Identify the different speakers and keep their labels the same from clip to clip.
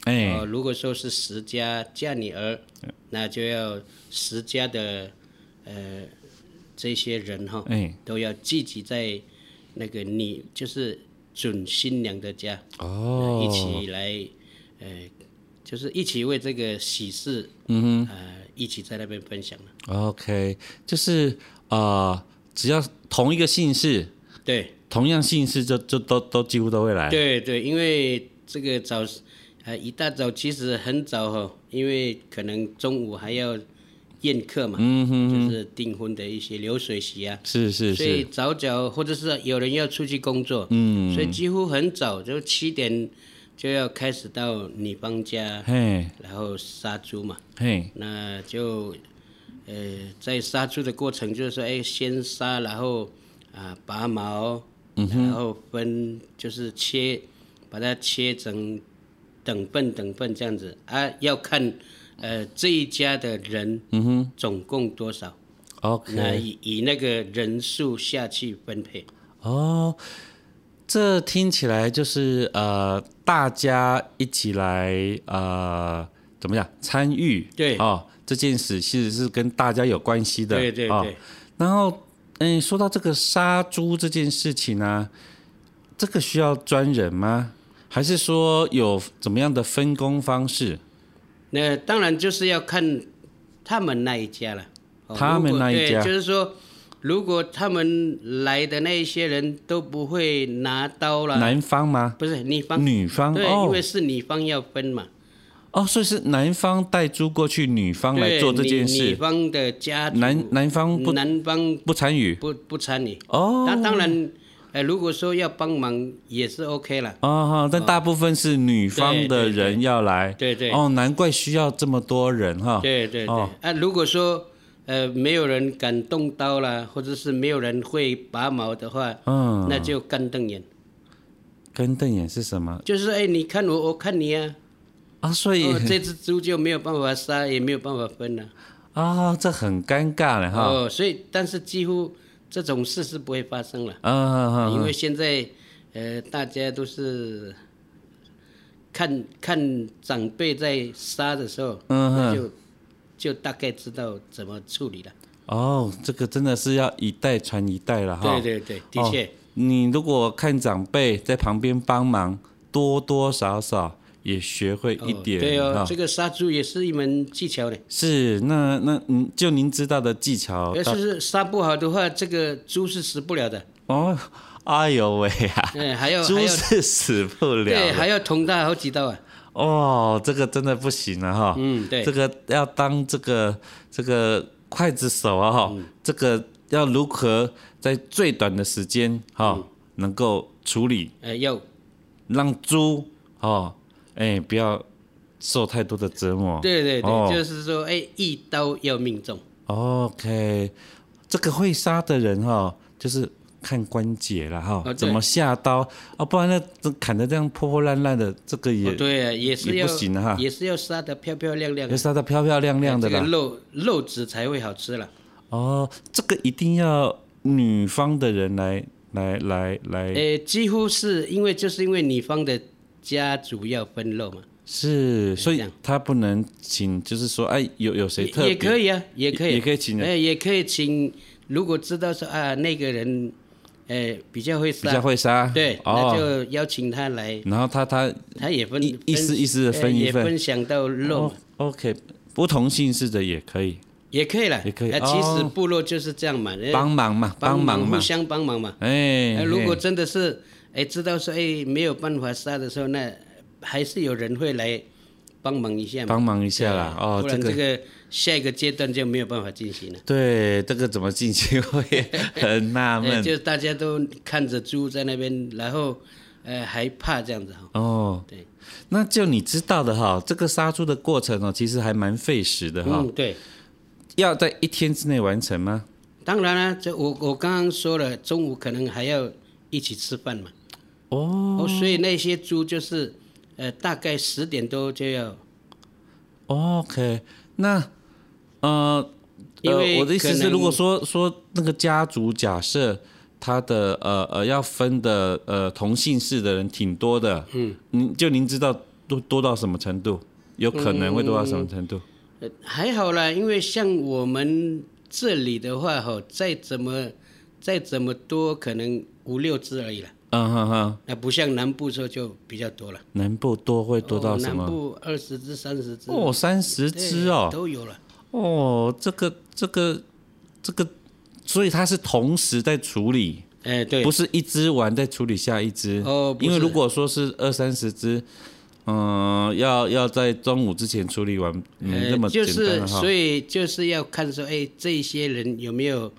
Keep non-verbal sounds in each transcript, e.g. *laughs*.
Speaker 1: 哎、
Speaker 2: 哦，如果说是十家嫁女儿，那就要十家的呃这些人哈、
Speaker 1: 哎
Speaker 2: 都要聚集在那个你就是准新娘的家，
Speaker 1: 哦，
Speaker 2: 一起来呃就是一起为这个喜事，
Speaker 1: 嗯
Speaker 2: 呃一起在那边分享了。
Speaker 1: 哼，OK，就是啊、呃只要同一个姓氏，
Speaker 2: 对
Speaker 1: 同样姓氏就就都都几乎都会来。
Speaker 2: 对对，因为这个早呃一大早其实很早哈、因为可能中午还要宴客嘛，
Speaker 1: 嗯哼，
Speaker 2: 就是订婚的一些流水席啊。
Speaker 1: 是是
Speaker 2: 所以
Speaker 1: 是，
Speaker 2: 早早或者是有人要出去工作，
Speaker 1: 嗯，
Speaker 2: 所以几乎很早就七点就要开始到女方家，
Speaker 1: 嘿
Speaker 2: 然后杀猪嘛，
Speaker 1: 嘿，
Speaker 2: 那就呃在杀猪的过程就是说，哎，先杀，然后啊、拔毛，然后分就是切，把它切成等份等份这样子啊，要看呃这一家的人，嗯哼，总共多少。那
Speaker 1: OK，
Speaker 2: 以以那个人数下去分配，
Speaker 1: 哦，这听起来就是呃，大家一起来呃，怎么讲参与？
Speaker 2: 对
Speaker 1: 哦，这件事其实是跟大家有关系的。
Speaker 2: 对对
Speaker 1: 哦
Speaker 2: 对，
Speaker 1: 然后，嗯，说到这个杀猪这件事情呢、这个需要专人吗？还是说有怎么样的分工方式？
Speaker 2: 那当然就是要看他们那一家了。哦
Speaker 1: 他们那一
Speaker 2: 如果对
Speaker 1: 家
Speaker 2: 就是说，如果他们来的那一些人都不会拿刀了，
Speaker 1: 男方吗？
Speaker 2: 不是女方，
Speaker 1: 女方
Speaker 2: 对，
Speaker 1: 哦
Speaker 2: 因为是女方要分嘛，
Speaker 1: 哦，所以是男方带猪过去，女方来
Speaker 2: 对
Speaker 1: 做这
Speaker 2: 女
Speaker 1: 件
Speaker 2: 女
Speaker 1: 事，
Speaker 2: 方的家族
Speaker 1: 男男方不
Speaker 2: 男方
Speaker 1: 不参与
Speaker 2: 不不参与。
Speaker 1: 哦。
Speaker 2: 那当然，哎，如果说要帮忙也是 OK 了。
Speaker 1: 啊哈，但大部分是女方的
Speaker 2: 对对
Speaker 1: 人要来，
Speaker 2: 对对
Speaker 1: 哦，难怪需要这么多人哈。
Speaker 2: 对对对，
Speaker 1: 哦
Speaker 2: 啊，如果说呃没有人敢动刀啦，或者是没有人会拔毛的话，
Speaker 1: 嗯
Speaker 2: 那就干瞪眼，
Speaker 1: 跟瞪眼是什么
Speaker 2: 就是哎，你看我，我看你
Speaker 1: *laughs*
Speaker 2: 啊，
Speaker 1: 啊？所以
Speaker 2: 哦，这只猪就没有办法杀，也没有办法分了、
Speaker 1: *laughs* 啊，这很尴尬了哈。
Speaker 2: 哦，所以但是几乎这种事是不会发生了，
Speaker 1: 啊，
Speaker 2: 因为现在呃大家都是看看长辈在杀的时候，
Speaker 1: 嗯
Speaker 2: 那就就大概知道怎么处理了。
Speaker 1: 哦，这个真的是要一代传一代了哈。
Speaker 2: 对对对，的确。
Speaker 1: 哦你如果看长辈在旁边帮忙，多多少少也学会一点。
Speaker 2: 哦对
Speaker 1: 哈
Speaker 2: 哦，这个杀猪也是一门技巧呢。
Speaker 1: 是那那嗯，就您知道的技巧
Speaker 2: 要
Speaker 1: 到
Speaker 2: 呃是杀不好的话，这个猪是死不了的。
Speaker 1: 哦，哎呦喂呀、
Speaker 2: 嗯， *laughs* 还要
Speaker 1: 猪
Speaker 2: 还要
Speaker 1: 是死不了
Speaker 2: 对，
Speaker 1: 的
Speaker 2: 还要捅它好几刀啊。
Speaker 1: 哦，这个真的不行了哈。
Speaker 2: 嗯，对
Speaker 1: 这，个要当这个这个刽子手啊哈，
Speaker 2: 嗯
Speaker 1: 这个要如何在最短的时间哈、
Speaker 2: 嗯
Speaker 1: 能够处理，
Speaker 2: 呃，要
Speaker 1: 让猪哦哎不要受太多的折磨。
Speaker 2: 对对
Speaker 1: 哦
Speaker 2: 对，就是说，哎，一刀要命中。
Speaker 1: OK，这个会杀的人哈、就是看关节了哈、
Speaker 2: 哦对
Speaker 1: 怎么下刀啊？不然那这砍的这样破破烂烂的，这个也、
Speaker 2: 哦，对啊，也是
Speaker 1: 也
Speaker 2: 要
Speaker 1: 不行哈
Speaker 2: 也是要杀的漂漂亮亮
Speaker 1: 要，杀的漂漂亮亮的
Speaker 2: 哎这
Speaker 1: 啦。
Speaker 2: 个肉肉质才会好吃了。
Speaker 1: 哦，这个一定要女方的人来来来来，
Speaker 2: 呃，几乎是因为就是因为你方的家族要分肉嘛，
Speaker 1: 是，所
Speaker 2: 这
Speaker 1: 以
Speaker 2: 样
Speaker 1: 他不能请，就是说，哎，有有谁
Speaker 2: 也
Speaker 1: 特别
Speaker 2: 也可以啊，也可以，
Speaker 1: 也可以请人
Speaker 2: 哎，也可以请。如果知道说啊，那个人，哎，比较会杀，
Speaker 1: 比较会杀，
Speaker 2: 对，那
Speaker 1: 哦，
Speaker 2: 就邀请他来，
Speaker 1: 然后他哦他
Speaker 2: 他也分
Speaker 1: 一一丝一丝地
Speaker 2: 呃
Speaker 1: 分一
Speaker 2: 也
Speaker 1: 份
Speaker 2: 分享到肉，
Speaker 1: 哦，OK，不同姓氏的也可以
Speaker 2: 也可以了，
Speaker 1: 也可以
Speaker 2: 啊
Speaker 1: 哦
Speaker 2: 其实部落就是这样嘛，呃
Speaker 1: 帮忙嘛，
Speaker 2: 帮
Speaker 1: 忙嘛
Speaker 2: 互，相帮忙嘛。
Speaker 1: 哎，
Speaker 2: 呃如果
Speaker 1: 嘿
Speaker 2: 真的是哎知道说哎没有办法杀的时候，那还是有人会来帮忙一下嘛，
Speaker 1: 帮忙一下啦，
Speaker 2: 对
Speaker 1: 哦
Speaker 2: 不，
Speaker 1: 这
Speaker 2: 然
Speaker 1: 个
Speaker 2: 这个下一个阶段就没有办法进行了。
Speaker 1: 对这个怎么进去，我也很纳
Speaker 2: 哎 *laughs*
Speaker 1: 闷
Speaker 2: 就大家都看着猪在那边，然后呃还怕这样子哈。
Speaker 1: 哦。
Speaker 2: 对，
Speaker 1: 那就你知道的哈，这个杀猪的过程哦，其实还蛮费时的哈
Speaker 2: 嗯，，对。
Speaker 1: 要在一天之内完成吗？
Speaker 2: 当然啦、这我我刚刚说了，中午可能还要一起吃饭嘛。哦，所以那些猪就是，呃，大概十点多就要，
Speaker 1: OK，那呃，
Speaker 2: 因
Speaker 1: 呃
Speaker 2: 为
Speaker 1: 我的意思
Speaker 2: 可
Speaker 1: 是，
Speaker 2: 能
Speaker 1: 如果说说那个家族假设他的呃呃要分的呃同姓氏的人挺多的，嗯，您就您知道多多到什么程度？有可能会多到什么程度？
Speaker 2: 呃，还好啦，因为像我们这里的话，哈，再怎么再怎么多，可能五六只而已啦。
Speaker 1: 嗯哼哼，
Speaker 2: 那不像南部时候就比较多了，
Speaker 1: 南部多会多到
Speaker 2: 哦
Speaker 1: 什
Speaker 2: 南
Speaker 1: 么？
Speaker 2: 部二十只、三十只，
Speaker 1: 哦，三十
Speaker 2: 对
Speaker 1: 只哦，
Speaker 2: 都有了。
Speaker 1: 哦，这个这个这个，所以它是同时在处理。
Speaker 2: 哎，对，
Speaker 1: 不是一只完再处理下一只
Speaker 2: 哦不是
Speaker 1: 因为如果说是二三十只，嗯、要要在中午之前处理完，嗯，
Speaker 2: 呃
Speaker 1: 那么
Speaker 2: 就
Speaker 1: 简
Speaker 2: 是
Speaker 1: 单哈。
Speaker 2: 所以就是要看说，哎，这些人有没有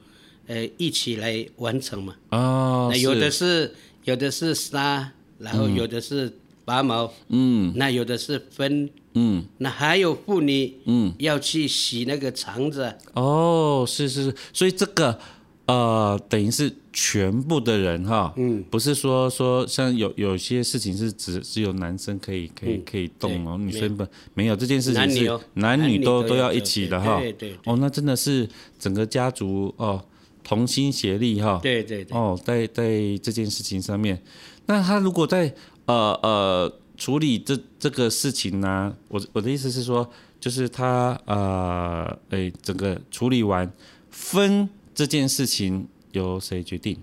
Speaker 2: 呃一起来完成嘛？
Speaker 1: 哦嗯
Speaker 2: 那，有的是有的是杀，然后有的是拔毛，嗯，那有的是分，嗯，那还有妇女，嗯，要去洗那个肠子啊，
Speaker 1: 哦，是是是，所以这个呃，等于是全部的人哈，嗯，不是说说像有有些事情是只只有男生可以可以可以动哦，女生不没有这件事情
Speaker 2: 男女
Speaker 1: 是
Speaker 2: 哦
Speaker 1: 男
Speaker 2: 男
Speaker 1: 女
Speaker 2: 女
Speaker 1: 都
Speaker 2: 都
Speaker 1: 都
Speaker 2: 要
Speaker 1: 要一
Speaker 2: 对
Speaker 1: 起
Speaker 2: 对
Speaker 1: 的哈，
Speaker 2: 对对对
Speaker 1: 哦，那真的是整个家族哦同心协力哈，
Speaker 2: 对对对，
Speaker 1: 哦，在在这件事情上面，那他如果在呃呃处理这这个事情呢、我我的意思是说，就是他呃诶整个处理完分这件事情由谁决定？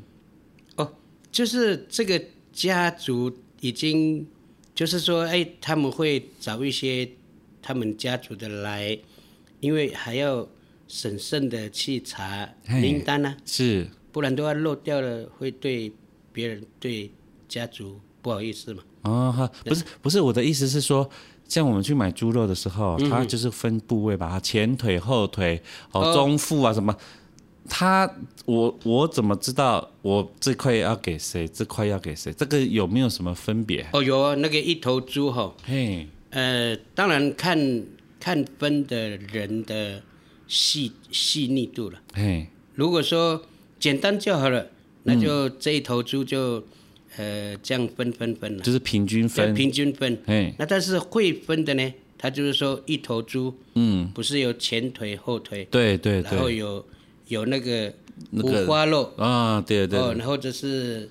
Speaker 2: 哦，就是这个家族已经，就是说，哎，他们会找一些他们家族的来，因为还要审慎的去查
Speaker 1: 嘿
Speaker 2: 名单啊，
Speaker 1: 是
Speaker 2: 不然的话漏掉了，会对别人对家族不好意思嘛。
Speaker 1: 哦，哈不是不是，我的意思是说。像我们去买猪肉
Speaker 2: 嗯哦
Speaker 1: 的时候，它就是分部位吧，前腿、后腿、哦、中腹啊什么，他我我怎么知道我这块要给谁，这块要给谁？这个有没有什么分别？
Speaker 2: 哦，有啊，那个一头猪哈、
Speaker 1: 嘿，
Speaker 2: 呃，当然看看分的人的细细腻度了。
Speaker 1: 嘿，
Speaker 2: 如果说简单就好了，那就这一头猪就、呃这样分分分了，
Speaker 1: 就是平均分，
Speaker 2: 平均分。
Speaker 1: 嘿，
Speaker 2: 那但是会分的呢，它就是说一头猪
Speaker 1: 嗯，
Speaker 2: 不是有前腿后腿，
Speaker 1: 对对
Speaker 2: 然后
Speaker 1: 对，
Speaker 2: 有有那个
Speaker 1: 那
Speaker 2: 五
Speaker 1: 个
Speaker 2: 花肉，
Speaker 1: 啊，对对
Speaker 2: 哦，
Speaker 1: 对，
Speaker 2: 然后这是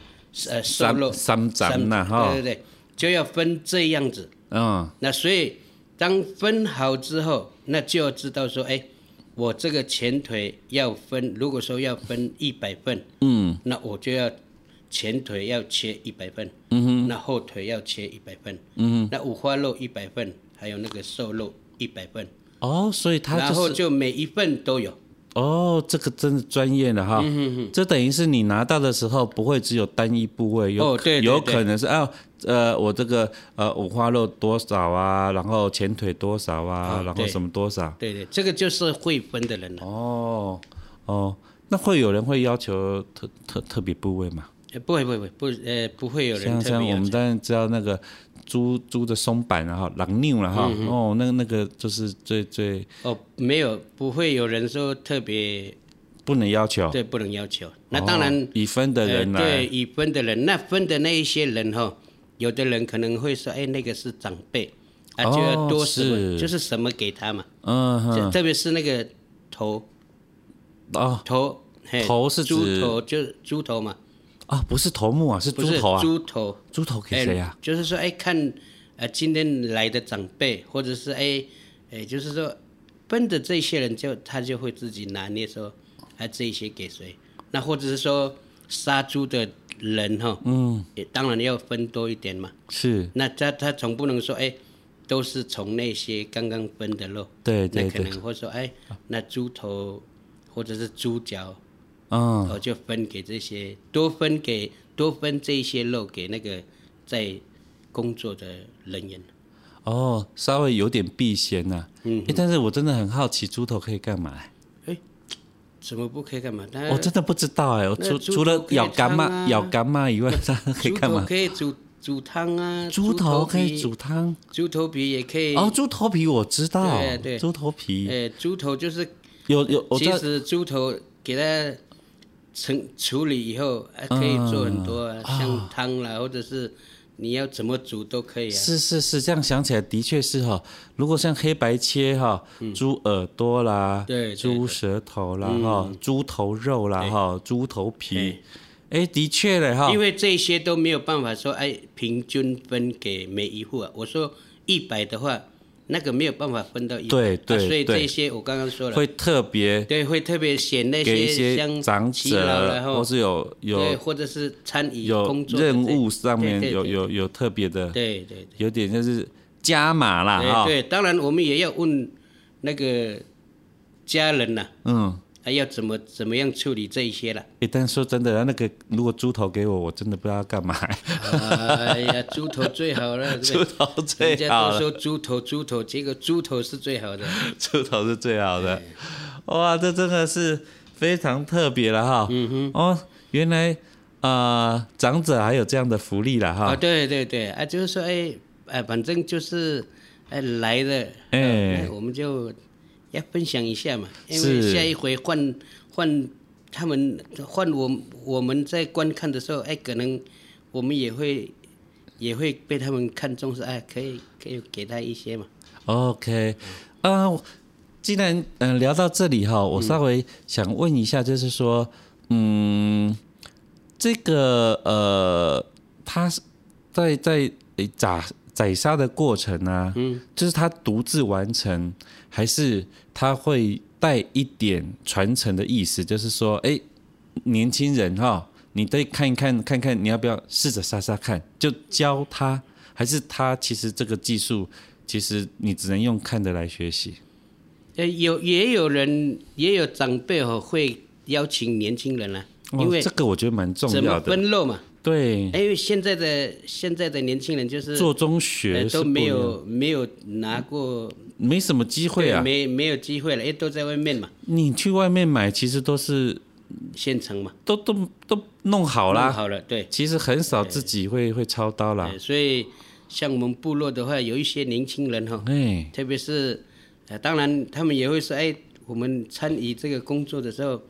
Speaker 2: 呃瘦
Speaker 1: 三
Speaker 2: 肉
Speaker 1: 三
Speaker 2: 三
Speaker 1: 掌呐哈
Speaker 2: 对，对对，就要分这样子。
Speaker 1: 嗯，
Speaker 2: 那所以当分好之后，那就要知道说，哎，我这个前腿要分，如果说要分一百份，
Speaker 1: 嗯，
Speaker 2: 那我就要前腿要切一百份，嗯哼，那后腿要切一百份，嗯哼，那五花肉一百份，还有那个瘦肉一百份，
Speaker 1: 哦，所以他
Speaker 2: 然后
Speaker 1: 就是
Speaker 2: 就每一份都有。
Speaker 1: 哦，这个真的专业了
Speaker 2: 嗯
Speaker 1: 哈。这等于是你拿到的时候不会只有单一部位，有、
Speaker 2: 哦对对
Speaker 1: 有
Speaker 2: 对
Speaker 1: 可能是啊，呃，我这个呃五花肉多少啊，然后前腿多少啊，
Speaker 2: 哦
Speaker 1: 然后
Speaker 2: 对
Speaker 1: 什么多少。
Speaker 2: 对对，这个就是会分的人啊了，
Speaker 1: 哦哦，那会有人会要求特特特别部位吗？
Speaker 2: 呃不会不会不会呃不会有人
Speaker 1: 像
Speaker 2: 特
Speaker 1: 像
Speaker 2: 别
Speaker 1: 我
Speaker 2: 要
Speaker 1: 们
Speaker 2: 求
Speaker 1: 当然知道那个猪猪的松板啊，哈，狼牛了
Speaker 2: 嗯
Speaker 1: 哈，哦，那那个就是最最
Speaker 2: 哦，没有不会有人说特别
Speaker 1: 不能要求。
Speaker 2: 对，不能要求。那当然，
Speaker 1: 哦已分的人
Speaker 2: 呃
Speaker 1: 来
Speaker 2: 对已分的人，那分的那一些人哈、有的人可能会说，哎，那个是长辈，啊，
Speaker 1: 哦
Speaker 2: 就要多什么，
Speaker 1: 是
Speaker 2: 就是什么给他嘛。
Speaker 1: 嗯
Speaker 2: 就
Speaker 1: 哼，
Speaker 2: 特别是那个头
Speaker 1: 哦
Speaker 2: 头，嘿
Speaker 1: 头是指
Speaker 2: 猪头，就是猪头嘛，
Speaker 1: 啊，不是头目啊，是
Speaker 2: 不
Speaker 1: 猪
Speaker 2: 是
Speaker 1: 头啊，
Speaker 2: 猪头，
Speaker 1: 猪头给谁啊？
Speaker 2: 哎就是说，哎，看，呃，今天来的长辈，或者是哎，哎，就是说，分的这些人就他就会自己拿捏说，哎，这一些给谁？那或者是说杀猪的人哈，嗯，也当然要分多一点嘛。
Speaker 1: 是，
Speaker 2: 那他他总不能说哎，都是从那些刚刚分的肉，
Speaker 1: 对对
Speaker 2: 那可
Speaker 1: 对，
Speaker 2: 能会说哎，那猪头或者是猪脚，
Speaker 1: 嗯，
Speaker 2: 哦，就分给这些，多分给多分这些肉给那个在工作的人员。
Speaker 1: 哦，稍微有点避嫌呐、嗯，诶但是我真的很好奇，猪头可以干嘛、
Speaker 2: 怎么不可以干嘛？他
Speaker 1: 我真的不知道哎、我
Speaker 2: 呃那
Speaker 1: 除
Speaker 2: 猪头
Speaker 1: 除了
Speaker 2: 可以
Speaker 1: 咬干
Speaker 2: 烫
Speaker 1: 嘛
Speaker 2: 啊
Speaker 1: 咬干嘛以外，它可以
Speaker 2: 猪
Speaker 1: 干
Speaker 2: 头
Speaker 1: 嘛？
Speaker 2: 可以煮煮汤啊，
Speaker 1: 猪头可以
Speaker 2: 皮
Speaker 1: 煮，汤
Speaker 2: 猪头皮也可以。
Speaker 1: 哦，，猪头皮我知道
Speaker 2: 对，对
Speaker 1: 猪头皮
Speaker 2: 哎，猪头就是，
Speaker 1: 有有我知
Speaker 2: 其
Speaker 1: 道
Speaker 2: 实猪头给它成处理以后，还可以做很多啊，像汤啦，或者是你要怎么煮都可以啊。
Speaker 1: 是是是，这样想起来的确是哈。如果像黑白切哈，猪耳朵啦，
Speaker 2: 嗯对对嗯
Speaker 1: 猪
Speaker 2: 对
Speaker 1: 舌头啦哈，猪头肉啦哈，猪头皮，哎，的确嘞哈，
Speaker 2: 因为这些都没有办法说哎平均分给每一户啊。我说一百的话，那个没有办法分到一百，
Speaker 1: 对对
Speaker 2: 啊所以
Speaker 1: 对
Speaker 2: 这些我刚刚说了，
Speaker 1: 会特别
Speaker 2: 对会特别选那
Speaker 1: 给一些
Speaker 2: 像
Speaker 1: 长
Speaker 2: 耆老
Speaker 1: 者
Speaker 2: 然后
Speaker 1: 或是有
Speaker 2: 对
Speaker 1: 有
Speaker 2: 或者是参与
Speaker 1: 有
Speaker 2: 工作的
Speaker 1: 任
Speaker 2: 这
Speaker 1: 务上面
Speaker 2: 对对
Speaker 1: 有
Speaker 2: 对
Speaker 1: 有有特别的，
Speaker 2: 对对对
Speaker 1: 有点就是加码啦
Speaker 2: 对
Speaker 1: 哈。
Speaker 2: 对，当然我们也要问那个家人呐、
Speaker 1: 嗯，
Speaker 2: 啊，要怎么怎么样处理这一些了？
Speaker 1: 诶但说真的，那个如果猪头给我，我真的不知道要干嘛。
Speaker 2: *laughs* 哎呀，猪头最好了， *laughs* 对
Speaker 1: 猪
Speaker 2: 不对
Speaker 1: 头最
Speaker 2: 人
Speaker 1: 好
Speaker 2: 家都
Speaker 1: 了
Speaker 2: 说猪头猪头，结果猪头是最好的。
Speaker 1: 出头是最好的。哇，这真的是非常特别了哈。嗯哼。哦，原来呃，长者还有这样的福利了
Speaker 2: 啊，
Speaker 1: 哈。
Speaker 2: 对对对，啊，就是说，哎，哎，反正就是，哎，来的，
Speaker 1: 哎
Speaker 2: 呃那我们就要分享一下嘛，因为
Speaker 1: 是
Speaker 2: 下一回换换他们换我们我们在观看的时候，哎，可能我们也会也会被他们看中，是哎，可以可以给他一些嘛，
Speaker 1: OK，啊、既然嗯、呃聊到这里哈，我稍微想问一下，就是说，嗯，这个呃，他是在在诶宰宰杀的过程啊，嗯，就是他独自完成，还是他会带一点传承的意思？就是说，哎、年轻人哈，你得看一看，看看你要不要试着杀杀看，就教他，还是他其实这个技术，其实你只能用看的来学习。
Speaker 2: 呃，有也有人也有长辈哦会邀请年轻人啊，
Speaker 1: 哦
Speaker 2: 因为
Speaker 1: 这个我觉得蛮重
Speaker 2: 怎么
Speaker 1: 要的，
Speaker 2: 分肉嘛，
Speaker 1: 对，
Speaker 2: 哎因为现在的现在的年轻人就是
Speaker 1: 做中
Speaker 2: 呃
Speaker 1: 学是
Speaker 2: 都
Speaker 1: 不一
Speaker 2: 没
Speaker 1: 样
Speaker 2: 有没有拿过，
Speaker 1: 没什么机会
Speaker 2: 对
Speaker 1: 啊。
Speaker 2: 没没有机会了，哎，都在外面嘛。
Speaker 1: 你去外面买，其实都是
Speaker 2: 现成嘛，
Speaker 1: 都都都弄好
Speaker 2: 弄
Speaker 1: 啦。
Speaker 2: 好了，对，
Speaker 1: 其实很少自己会会操刀啦
Speaker 2: 呃。所以像我们部落的话，有一些年轻人哈、
Speaker 1: 哎，
Speaker 2: 特别是呃，当然他们也会说，哎，我们参与这个工作的时候，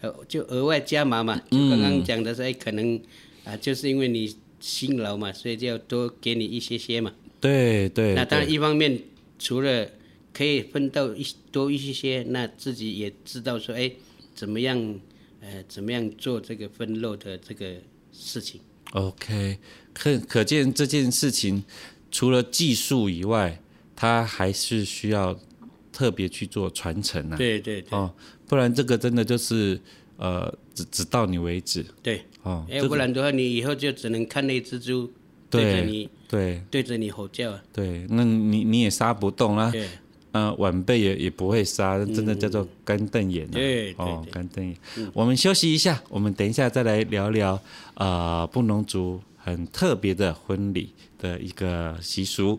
Speaker 2: 呃，就额外加码嘛。就刚
Speaker 1: 嗯
Speaker 2: 刚讲的是，哎，可能啊、就是因为你辛劳嘛，所以就要多给你一些些嘛。
Speaker 1: 对对，
Speaker 2: 那当然，
Speaker 1: 对
Speaker 2: 一方面除了可以分到一多一些些，那自己也知道说，哎，怎么样，呃，怎么样做这个分肉的这个事情。
Speaker 1: OK，可可见这件事情除了技术以外，它还是需要特别去做传承啊。
Speaker 2: 对对对
Speaker 1: 哦，不然这个真的就是呃，只只到你为止
Speaker 2: 对，
Speaker 1: 哦。
Speaker 2: 哎，
Speaker 1: 这
Speaker 2: 不然的话，你以后就只能看那只猪对着
Speaker 1: 对
Speaker 2: 你
Speaker 1: 对
Speaker 2: 对着你吼叫啊。
Speaker 1: 对，那你你也杀不动啦、
Speaker 2: 对。
Speaker 1: 呃，晚辈也也不会杀，真的叫做干瞪眼、啊
Speaker 2: 对对
Speaker 1: 哦
Speaker 2: 对，嗯
Speaker 1: 干瞪眼。我们休息一下，我们等一下再来聊聊呃，布农族很特别的婚礼的一个习俗。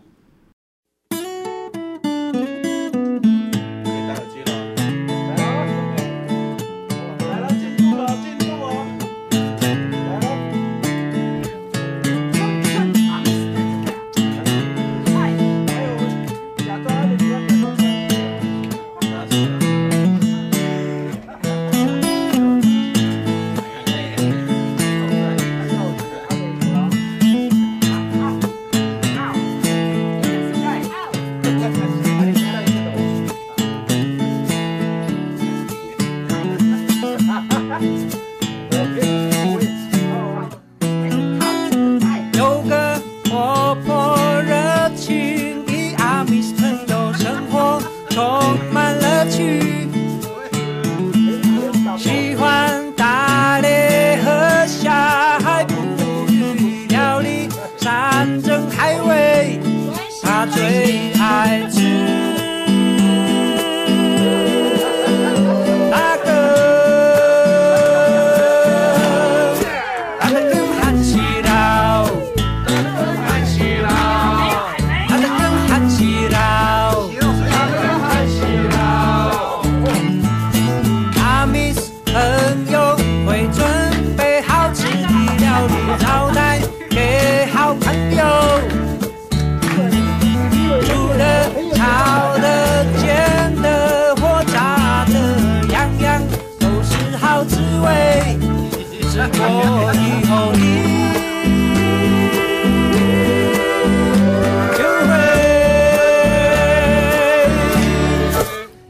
Speaker 3: 有个活泼热情的阿米斯朋友，生活充满乐趣，喜欢打猎和下海捕鱼，料理山珍海味，他最爱吃。那个，那个更含蓄了。他的更喊起来，阿米斯朋友会准备好吃的料理招待给好朋友，煮的、炒的、煎的或炸的，样样都是好滋味。吃过以后你。就会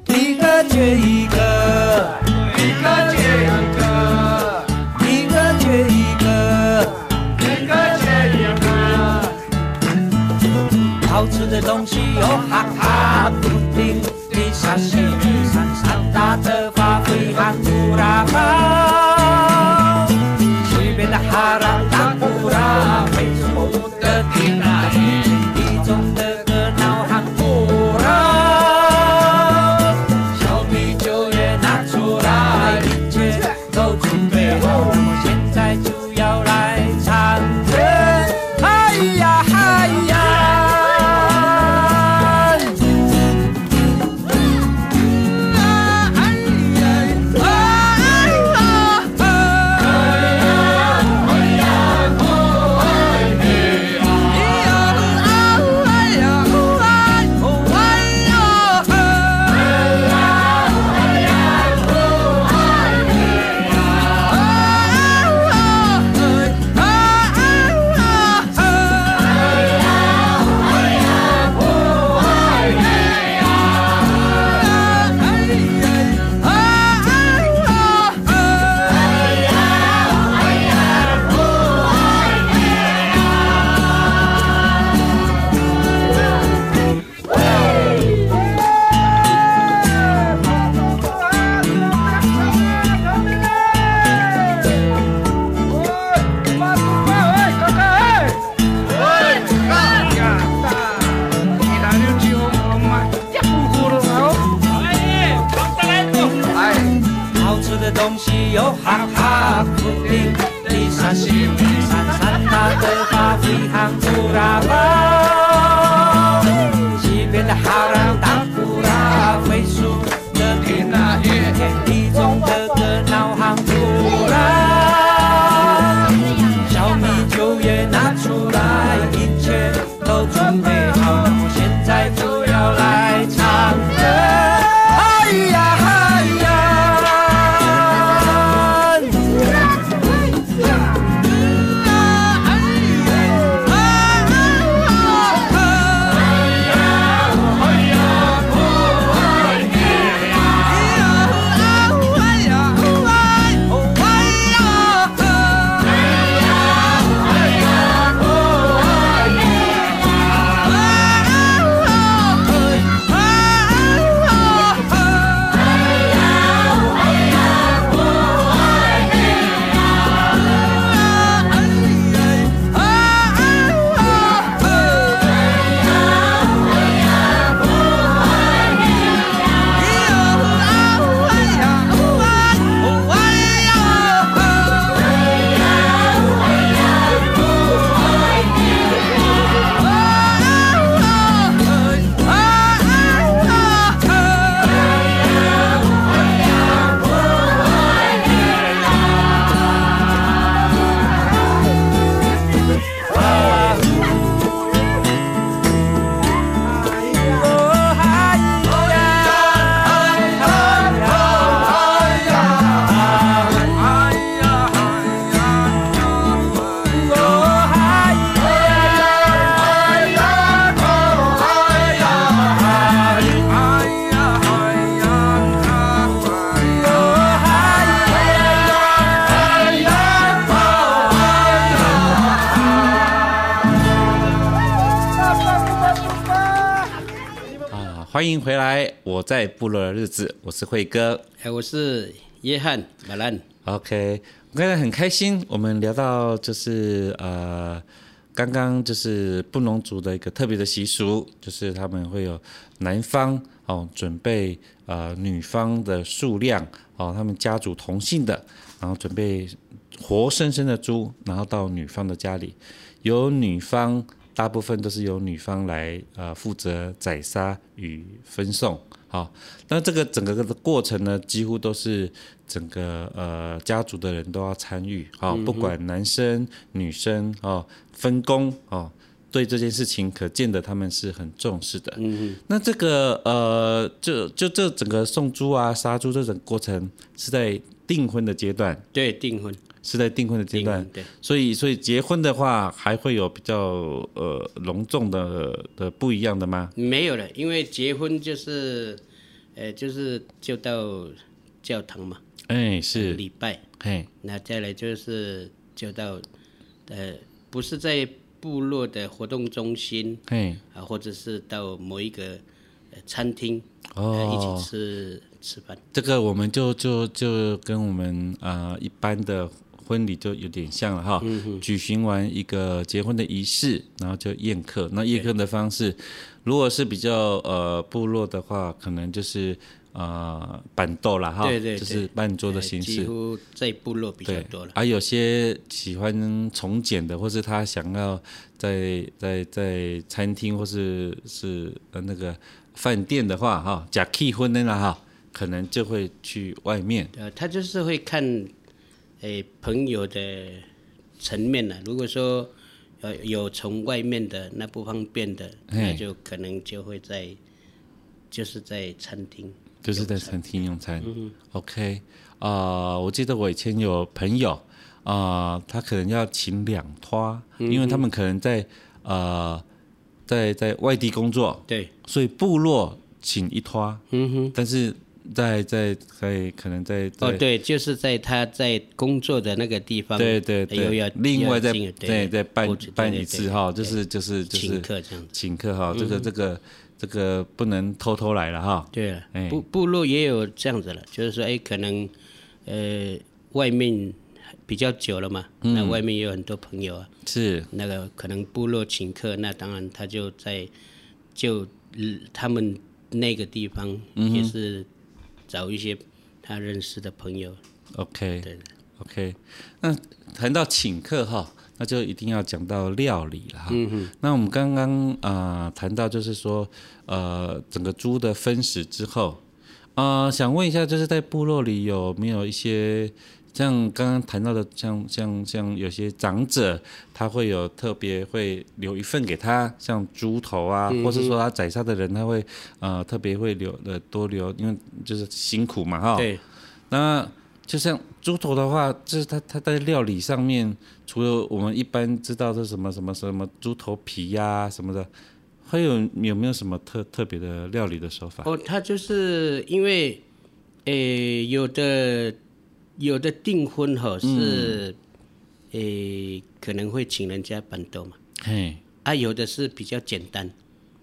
Speaker 3: 一个接一个，一个接一个，一个接一个，一个接一个。好吃的东西有哈哈不停地下西雨闪闪打着发挥喊呼啦哈，西边的哈拉达呼啦，非洲的迪那耶。一中的热闹喊不啦，小米酒也拿出来，一切都准备好，我现在就要来唱歌，嗨呀嗨呀，好吃的东西有哈哈布丁、地沙西米、闪闪大的巴菲汉布拉巴，西边的哈兰达布拉，飞速的云那一天地中的热闹汉布 Oh,
Speaker 1: 啊欢迎回来，我在部落的日子，我是慧哥。
Speaker 2: 哎，我是约翰马兰。
Speaker 1: OK，我刚才很开心，我们聊到就是呃，刚刚就是布农族的一个特别的习俗，就是他们会有男方哦准备呃女方的数量哦，他们家族同姓的，然后准备活生生的猪，然后到女方的家里，由女方大部分都是由女方来呃负责宰杀与分送。好，那这个整个的过程呢，几乎都是整个呃家族的人都要参与，好、不管男生女生哦，分工哦，对这件事情可见的他们是很重视的。嗯那这个呃，就就这整个送猪啊、杀猪这种过程是在订婚的阶段，
Speaker 2: 对，订婚，
Speaker 1: 是在订婚的阶
Speaker 2: 订
Speaker 1: 段
Speaker 2: 婚，，对，
Speaker 1: 所以所以结婚的话还会有比较呃隆重的的不一样的吗？
Speaker 2: 没有了，因为结婚就是，呃，就是就到教堂嘛，
Speaker 1: 哎，是，
Speaker 2: 礼拜，
Speaker 1: 嘿，
Speaker 2: 那再来就是就到，呃，不是在部落的活动中心
Speaker 1: 嘿，
Speaker 2: 啊，或者是到某一个呃餐厅，呃，
Speaker 1: 哦，
Speaker 2: 一起吃吃饭。
Speaker 1: 这个我们就就就跟我们呃一般的婚礼就有点像了哈，
Speaker 2: 嗯
Speaker 1: 举行完一个结婚的仪式，然后就宴客。那宴客的方式，如果是比较呃部落的话，可能就是呃板豆啦哈，
Speaker 2: 对对对
Speaker 1: 就是半桌的
Speaker 2: 呃
Speaker 1: 形
Speaker 2: 几
Speaker 1: 式。
Speaker 2: 乎在部落比较
Speaker 1: 对
Speaker 2: 多了，。
Speaker 1: 而、有些喜欢从简的，或是他想要在在在餐厅或是是呃那个饭店的话，哈，假气婚的啦哈，可能就会去外面。
Speaker 2: 呃，他就是会看，诶、朋友的层面了、如果说呃有从外面的那不方便的，那
Speaker 1: 嘿
Speaker 2: 就可能就会在就是在餐厅。
Speaker 1: 就是在餐厅用餐。OK，啊、我记得我以前有朋友啊、他可能要请两拖，
Speaker 2: 嗯
Speaker 1: 因为他们可能在呃在在外地工作，
Speaker 2: 对，
Speaker 1: 所以部落请一拖，
Speaker 2: 嗯哼，
Speaker 1: 但是在在在可能在在
Speaker 2: 哦，对，啊就是在他在工作的那个地方，
Speaker 1: 对对
Speaker 2: 又要
Speaker 1: 对，另外再
Speaker 2: 又要进
Speaker 1: 对再办
Speaker 2: 或者
Speaker 1: 办
Speaker 2: 对
Speaker 1: 一
Speaker 2: 对
Speaker 1: 次哈，就是就是就是
Speaker 2: 请客这样子嗯
Speaker 1: 请客哈，这个这个这个不能偷偷来了哈。
Speaker 2: 对了
Speaker 1: 哎，
Speaker 2: 部部落也有这样子了，就是说，哎，可能，呃，外面比较久了嘛，
Speaker 1: 嗯
Speaker 2: 那外面也有很多朋友啊，
Speaker 1: 是，
Speaker 2: 那个可能部落请客，那当然他就在就嗯他们那个地方
Speaker 1: 嗯
Speaker 2: 也是找一些他认识的朋友，
Speaker 1: OK，
Speaker 2: 对
Speaker 1: o k 那谈到请客哈，那就一定要讲到料理了哈。
Speaker 2: 嗯
Speaker 1: 那我们刚刚啊、呃谈到就是说，呃，整个猪的分食之后，啊、想问一下，就是在部落里有没有一些像刚刚谈到的，像像像有些长者，他会有特别会留一份给他，像猪头啊，
Speaker 2: 嗯
Speaker 1: 或是说他宰杀的人，他会呃特别会留呃多留，因为就是辛苦嘛哈。
Speaker 2: 对，
Speaker 1: 那就像猪头的话，就是它它在料理上面，除了我们一般知道的什么什么什么猪头皮呀、什么的，还有有没有什么特特别的料理的手法？
Speaker 2: 哦，他就是因为，诶、有的有的订婚哈是，诶、可能会请人家板豆嘛，
Speaker 1: 嘿，
Speaker 2: 啊，有的是比较简单，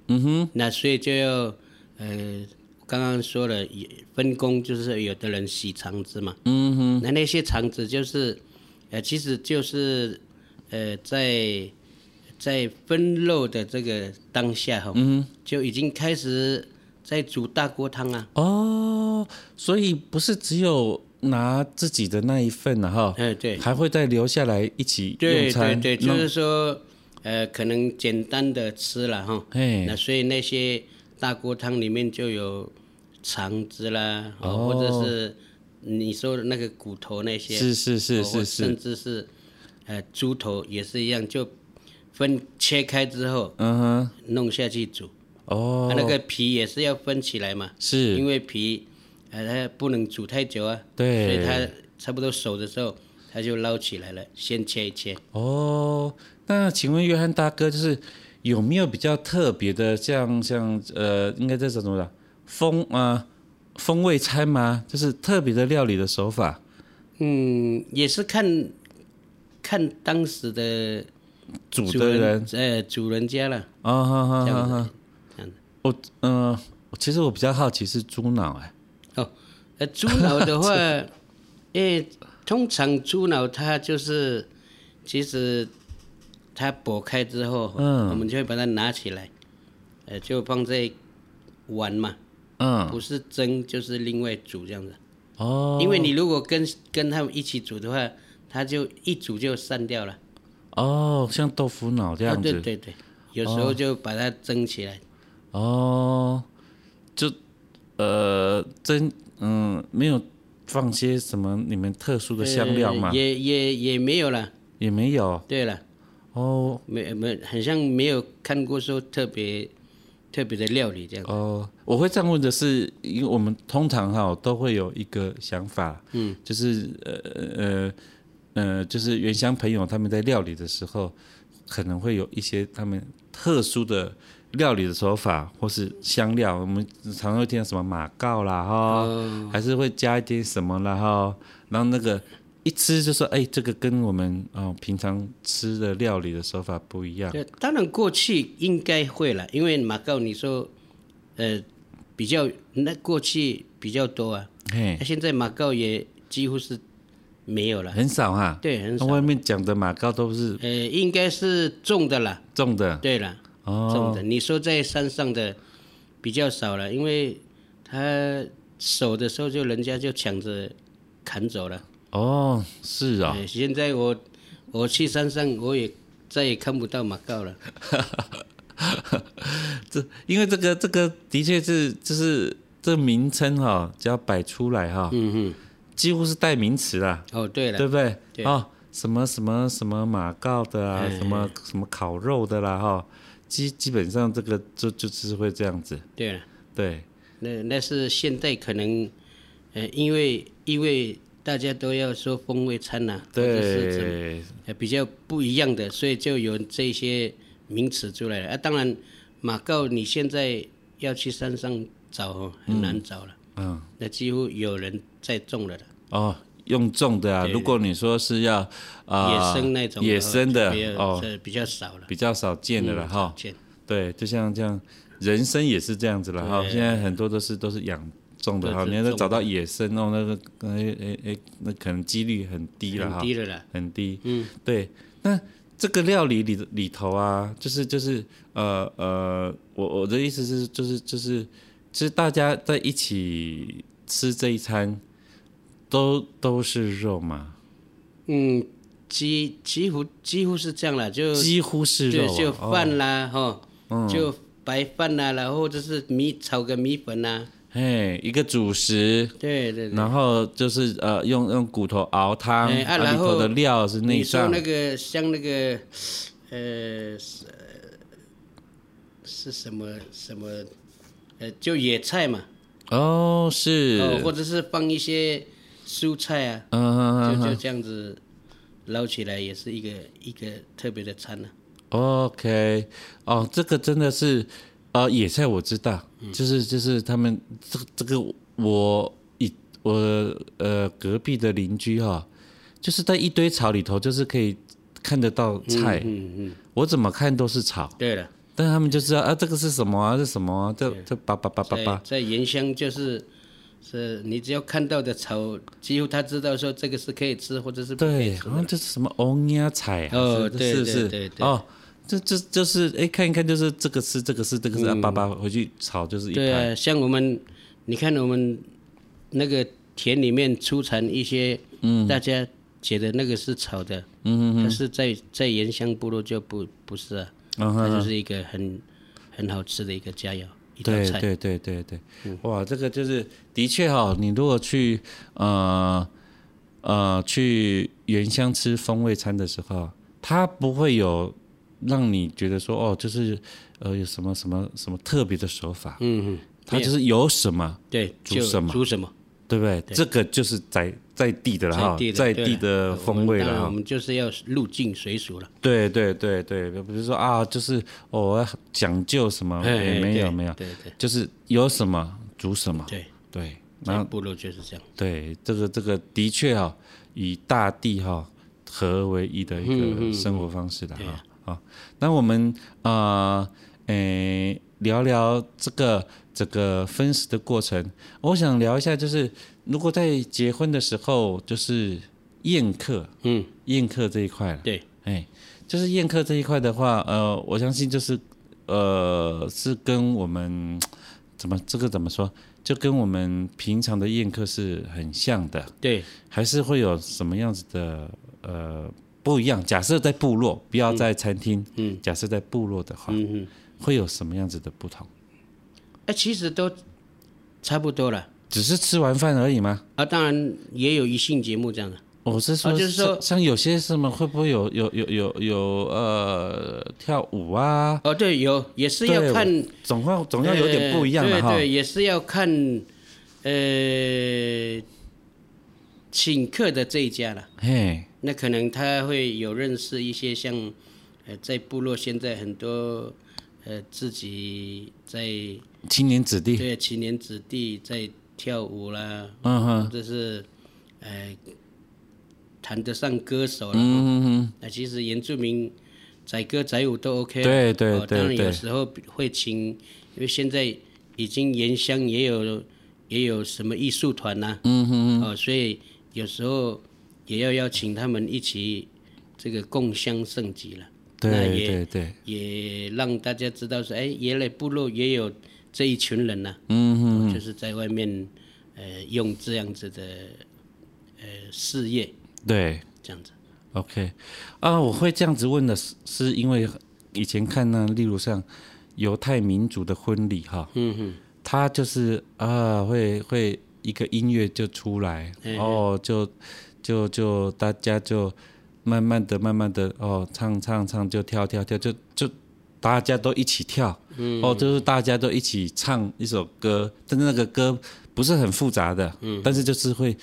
Speaker 1: 嗯哼，
Speaker 2: 那所以就要，呃，刚刚说了也分工，就是有的人洗肠子嘛，
Speaker 1: 嗯哼，
Speaker 2: 那那些肠子就是，呃，其实就是，呃，在在分肉的这个当下哈，
Speaker 1: 嗯
Speaker 2: 就已经开始在煮大锅汤啊，
Speaker 1: 哦，所以不是只有拿自己的那一份了、哈，
Speaker 2: 哎对
Speaker 1: 还会再留下来一起用
Speaker 2: 对对
Speaker 1: 餐，
Speaker 2: 对，
Speaker 1: 那
Speaker 2: 就是说，呃，可能简单的吃了哈，
Speaker 1: 嘿
Speaker 2: 那所以那些大锅汤里面就有肠子啦，哦，或者是你说的那个骨头那些，
Speaker 1: 是是是
Speaker 2: 哦
Speaker 1: 是
Speaker 2: 甚
Speaker 1: 是，
Speaker 2: 至是呃猪头也是一样，就分切开之后
Speaker 1: 嗯哼，
Speaker 2: 弄下去煮，
Speaker 1: 哦，
Speaker 2: 啊那个皮也是要分起来嘛，
Speaker 1: 是
Speaker 2: 因为皮呃它不能煮太久啊，
Speaker 1: 对
Speaker 2: 所以它差不多熟的时候它就捞起来了，先切一切。
Speaker 1: 哦，那请问约翰大哥，就是有没有比较特别的，像像呃，应该这种什么的风啊、呃风味餐吗？就是特别的料理的手法，
Speaker 2: 嗯，也是看看当时的
Speaker 1: 煮
Speaker 2: 主
Speaker 1: 的人
Speaker 2: 呃主人家了，
Speaker 1: 啊哈哈啊
Speaker 2: 这
Speaker 1: 哈
Speaker 2: 样子
Speaker 1: 哈，
Speaker 2: 这样子。
Speaker 1: 我嗯、呃其实我比较好奇是猪脑哎、
Speaker 2: 哦，呃，猪脑的
Speaker 1: *laughs*
Speaker 2: 话，因为通常猪脑它就是，其实它剥开之后，
Speaker 1: 嗯
Speaker 2: 我们就会把它拿起来，呃，就放在碗嘛，不
Speaker 1: 嗯，
Speaker 2: 是蒸就是另外煮这样子。
Speaker 1: 哦，
Speaker 2: 因为你如果跟跟他们一起煮的话，它就一煮就散掉了。
Speaker 1: 哦，像豆腐脑这
Speaker 2: 哦
Speaker 1: 样，子，
Speaker 2: 对对对，有时候就把它蒸起来。
Speaker 1: 哦，就呃真嗯没有放些什么你们特殊的香料吗
Speaker 2: 呃？也也也没有了。
Speaker 1: 也没有
Speaker 2: 对了，
Speaker 1: 哦
Speaker 2: 没没，很像没有看过说特别特别的料理这样。
Speaker 1: 哦，我会这样问的是，因为我们通常哈都会有一个想法，嗯，就是呃呃呃，就是原乡朋友他们在料理的时候，可能会有一些他们特殊的料理的手法或是香料，我们常会听到什么马告啦哈，
Speaker 2: 哦
Speaker 1: 还是会加一点什么啦哈，然后那个。一吃就说，哎、这个跟我们哦平常吃的料理的手法不一样。
Speaker 2: 对，当然过去应该会了，因为马告你说，呃，比较那过去比较多啊，
Speaker 1: 嘿
Speaker 2: 那，现在马告也几乎是没有了。
Speaker 1: 很少啊。
Speaker 2: 对很
Speaker 1: 那
Speaker 2: 少
Speaker 1: 外面讲的马告都是
Speaker 2: 呃，应该是种的啦，
Speaker 1: 种的。
Speaker 2: 对了，种
Speaker 1: 哦
Speaker 2: 的。，你说在山上的比较少了，因为他守的时候就人家就抢着砍走了。
Speaker 1: 哦，是啊、
Speaker 2: 呃现在我我去山上，我也再也看不到马告了。
Speaker 1: 这因为这个这个的确是就是这名称哈、只要摆出来哈、
Speaker 2: 嗯
Speaker 1: 几乎是代名词啦，
Speaker 2: 哼，哦对了，
Speaker 1: 对不对？
Speaker 2: 对哎
Speaker 1: 哦，什么什么什么马告的啊，什么什么烤肉的啦哈、基基本上这个就就是会这样子，
Speaker 2: 对了。
Speaker 1: 对，
Speaker 2: 那那是现在可能，呃，因为因为大家都要说风味餐呐、或者是怎么
Speaker 1: 对，
Speaker 2: 呃比较不一样的，所以就有这些名词出来了。啊，当然马告你现在要去山上找哦，很难找了，
Speaker 1: 嗯。
Speaker 2: 那几乎有人在种了的。
Speaker 1: 哦，用种的啊。如果你说是要啊、
Speaker 2: 野生那种
Speaker 1: 野生的
Speaker 2: 比较
Speaker 1: 哦，
Speaker 2: 这比较少了，
Speaker 1: 比较少见的了哈、
Speaker 2: 见
Speaker 1: 对，就像这样，人参也是这样子了哈。现在很多都是都是养种的哈，
Speaker 2: 都是
Speaker 1: 你要
Speaker 2: 种的
Speaker 1: 找到野生哦，那个哎哎哎，那可能几率很低了哈
Speaker 2: 很，低了啦。
Speaker 1: 很低。嗯，对。那这个料理里里头啊，就是就是呃呃，我我的意思是就是就是，就是大家在一起吃这一餐，都都是肉嘛。
Speaker 2: 嗯，几几乎几乎是这样了，就
Speaker 1: 几乎是
Speaker 2: 呃对
Speaker 1: 肉、，啊，
Speaker 2: 就
Speaker 1: 哦嗯
Speaker 2: 饭啦，哈、就白饭啦，然后或者是米炒个米粉啦，
Speaker 1: 嘿，一个主食，
Speaker 2: 对对对。
Speaker 1: 然后就是呃，用用骨头熬汤，
Speaker 2: 哎啊
Speaker 1: 啊里
Speaker 2: 然后
Speaker 1: 头的料是内
Speaker 2: 你说
Speaker 1: 脏，
Speaker 2: 那个像那个，呃，是呃是什么什么，呃，就野菜嘛，
Speaker 1: 哦，是，
Speaker 2: 哦，或者是放一些蔬菜啊，
Speaker 1: 嗯
Speaker 2: 就就这样子捞起来，也是一个一个特别的餐呢、啊
Speaker 1: 嗯，OK，哦，这个真的是，呃，野菜我知道，
Speaker 2: 嗯
Speaker 1: 就是就是他们这个这个我一我呃隔壁的邻居哈、就是在一堆草里头，就是可以看得到菜，
Speaker 2: 嗯嗯，
Speaker 1: 我怎么看都是草，
Speaker 2: 对了，
Speaker 1: 但他们就知道啊，这个是什么啊，这是什么啊，这这叭叭叭叭
Speaker 2: 在
Speaker 1: 叭，
Speaker 2: 在原乡就是。是你只要看到的草，几乎他知道说这个是可以吃，或者是不可以
Speaker 1: 对，
Speaker 2: 吃
Speaker 1: 好
Speaker 2: 的
Speaker 1: 像。就是什么欧尼亚菜啊，
Speaker 2: 哦
Speaker 1: 是
Speaker 2: 对
Speaker 1: 是不
Speaker 2: 对
Speaker 1: 是？
Speaker 2: 对对
Speaker 1: 哦，这这就是哎，看一看就是这个是这个是这个是啊，爸爸回去炒就是一
Speaker 2: 嗯对
Speaker 1: 盘，
Speaker 2: 啊，像我们，你看我们那个田里面出产一些，嗯，大家觉得那个是草的，嗯但是在在原乡部落就不不是啊，
Speaker 1: 嗯
Speaker 2: 它
Speaker 1: 哼
Speaker 2: 就是一个很很好吃的一个佳肴，一道
Speaker 1: 对
Speaker 2: 菜。嗯
Speaker 1: 对对对对，哇，这个就是的确哈、你如果去呃呃去原乡吃风味餐的时候，它不会有让你觉得说哦，就是呃有什么什么什么特别的手法，
Speaker 2: 嗯嗯，
Speaker 1: 它就是有什么。
Speaker 2: 对，
Speaker 1: 煮
Speaker 2: 就
Speaker 1: 什么
Speaker 2: 煮什么？
Speaker 1: 对不对？这个就是在在地的了哈
Speaker 2: 在地，的
Speaker 1: 在
Speaker 2: 对
Speaker 1: 地
Speaker 2: 了
Speaker 1: 的
Speaker 2: 我
Speaker 1: 风
Speaker 2: 们
Speaker 1: 味
Speaker 2: 当
Speaker 1: 了
Speaker 2: 然，
Speaker 1: 哈
Speaker 2: 我。们就是要入境随俗了。
Speaker 1: 对对对对，比如说啊，就是哦我要讲究什么，
Speaker 2: 哎
Speaker 1: 也没有
Speaker 2: 对
Speaker 1: 没有，
Speaker 2: 对对
Speaker 1: 就是有什么煮什么，
Speaker 2: 对，
Speaker 1: 对，
Speaker 2: 在
Speaker 1: 然后
Speaker 2: 部落就是这样。
Speaker 1: 对这个这个的确哈、以大地哈、合为一的一个生活方式的哈啊。那我们啊，呃诶、聊聊这个这个分食的过程。我想聊一下，就是如果在结婚的时候，就是宴客，
Speaker 2: 嗯，
Speaker 1: 宴客这一块了。
Speaker 2: 对，
Speaker 1: 哎，就是宴客这一块的话，呃，我相信就是呃，是跟我们怎么这个怎么说，就跟我们平常的宴客是很像的，
Speaker 2: 对，
Speaker 1: 还是会有什么样子的呃不一样？假设在部落，不要在餐厅，
Speaker 2: 嗯
Speaker 1: 假设在部落的话，
Speaker 2: 嗯嗯，
Speaker 1: 会有什么样子的不同？
Speaker 2: 哎，其实都差不多了
Speaker 1: 只是吃完饭而已吗？
Speaker 2: 啊，当然也有一性节目这样的，
Speaker 1: 我是说，
Speaker 2: 啊就是说
Speaker 1: 像像有些什么会不会有有有有有呃跳舞啊？
Speaker 2: 哦，对，有也是
Speaker 1: 对
Speaker 2: 要
Speaker 1: 我
Speaker 2: 看，
Speaker 1: 总要总要有点不一样
Speaker 2: 呃
Speaker 1: 的哈。
Speaker 2: 对对，也是要看，呃，请客的这一家了。
Speaker 1: 嘿，
Speaker 2: 那可能他会有认识一些像，呃，在部落现在很多，呃，自己在
Speaker 1: 青年子弟， *laughs*
Speaker 2: 对青年子弟在跳舞啦，
Speaker 1: 嗯
Speaker 2: 或
Speaker 1: 哼，
Speaker 2: 者是，呃，谈得上歌手啦。
Speaker 1: 嗯哼哼，
Speaker 2: 那其实原住民载歌载舞都 OK 啊。
Speaker 1: 对对
Speaker 2: 哦
Speaker 1: 对
Speaker 2: 当然
Speaker 1: 对
Speaker 2: 有时候会请，因为现在已经原乡也有也有什么艺术团呐、
Speaker 1: 嗯哼
Speaker 2: 哦，所以有时候也要邀请他们一起这个共襄盛举了。那
Speaker 1: 对
Speaker 2: 也
Speaker 1: 对对，
Speaker 2: 也让大家知道说，哎，原来部落也有这一群人呐、
Speaker 1: 嗯哼，
Speaker 2: 嗯、就是在外面，呃，用这样子的，呃，事业
Speaker 1: 对
Speaker 2: 这样子。
Speaker 1: ，OK，啊，我会这样子问的是，是因为以前看那，例如像犹太民族的婚礼哈，
Speaker 2: 嗯哼。
Speaker 1: 他就是啊，会会一个音乐就出来，哦，就就就大家就慢慢的、慢慢的哦，唱唱唱，就跳跳跳，就就大家都一起跳，哦，就是大家都一起唱一首歌，但是那个歌不是很复杂的，但是就是会。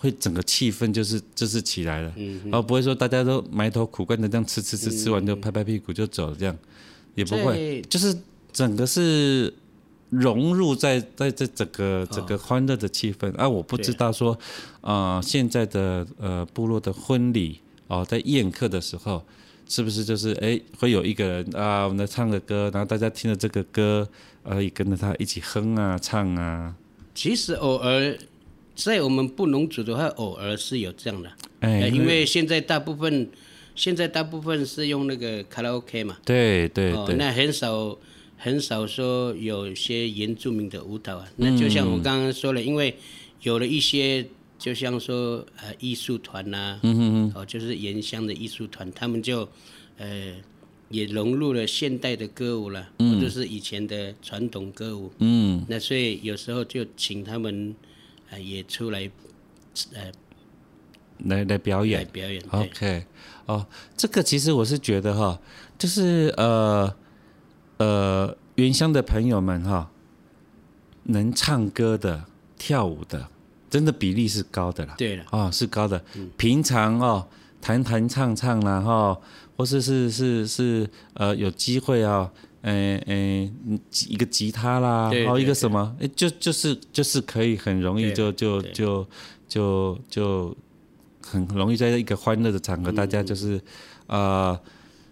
Speaker 1: 会整个气氛就是就是起来了，然后不会说大家都埋头苦干的这样吃吃吃吃完就拍拍屁股就走这样，也不会，
Speaker 2: 在
Speaker 1: 就是整个是融入在在这整个整个欢乐的气氛。啊，我不知道说，呃，现在的呃部落的婚礼哦、在宴客的时候，是不是就是哎会有一个人啊，我们来唱个歌，然后大家听着这个歌，呃，也跟着他一起哼啊唱啊，
Speaker 2: 其实偶尔在我们布农族的话，偶尔是有这样的，
Speaker 1: 哎
Speaker 2: 呃因为现在大部分现在大部分是用那个卡拉 OK 嘛，
Speaker 1: 对对
Speaker 2: 哦，
Speaker 1: 对，
Speaker 2: 那很少很少说有些原住民的舞蹈啊。
Speaker 1: 嗯
Speaker 2: 那就像我刚刚说了，因为有了一些，就像说呃艺术团呐、嗯嗯哦，就是原乡的艺术团，他们就呃也融入了现代的歌舞了，或者是以前的传统歌舞。
Speaker 1: 嗯，
Speaker 2: 那所以有时候就请他们呃也出来呃
Speaker 1: 来来表
Speaker 2: 来
Speaker 1: 演，
Speaker 2: 表演。对
Speaker 1: OK，哦，这个其实我是觉得哈，就是呃呃，原乡的朋友们哈，能唱歌的、跳舞的，真的比例是高的啦。
Speaker 2: 对了，
Speaker 1: 哦，是高的。平常哦，弹弹唱唱啦，哈、或是是是是呃，有机会啊、嗯呃呃，嗯一个吉他啦，
Speaker 2: 对
Speaker 1: 然后
Speaker 2: 对
Speaker 1: 一个什么，诶就就是就是可以很容易
Speaker 2: 对
Speaker 1: 就就
Speaker 2: 对
Speaker 1: 就就就很容易在一个欢乐的场
Speaker 2: 嗯
Speaker 1: 合，大家就是呃。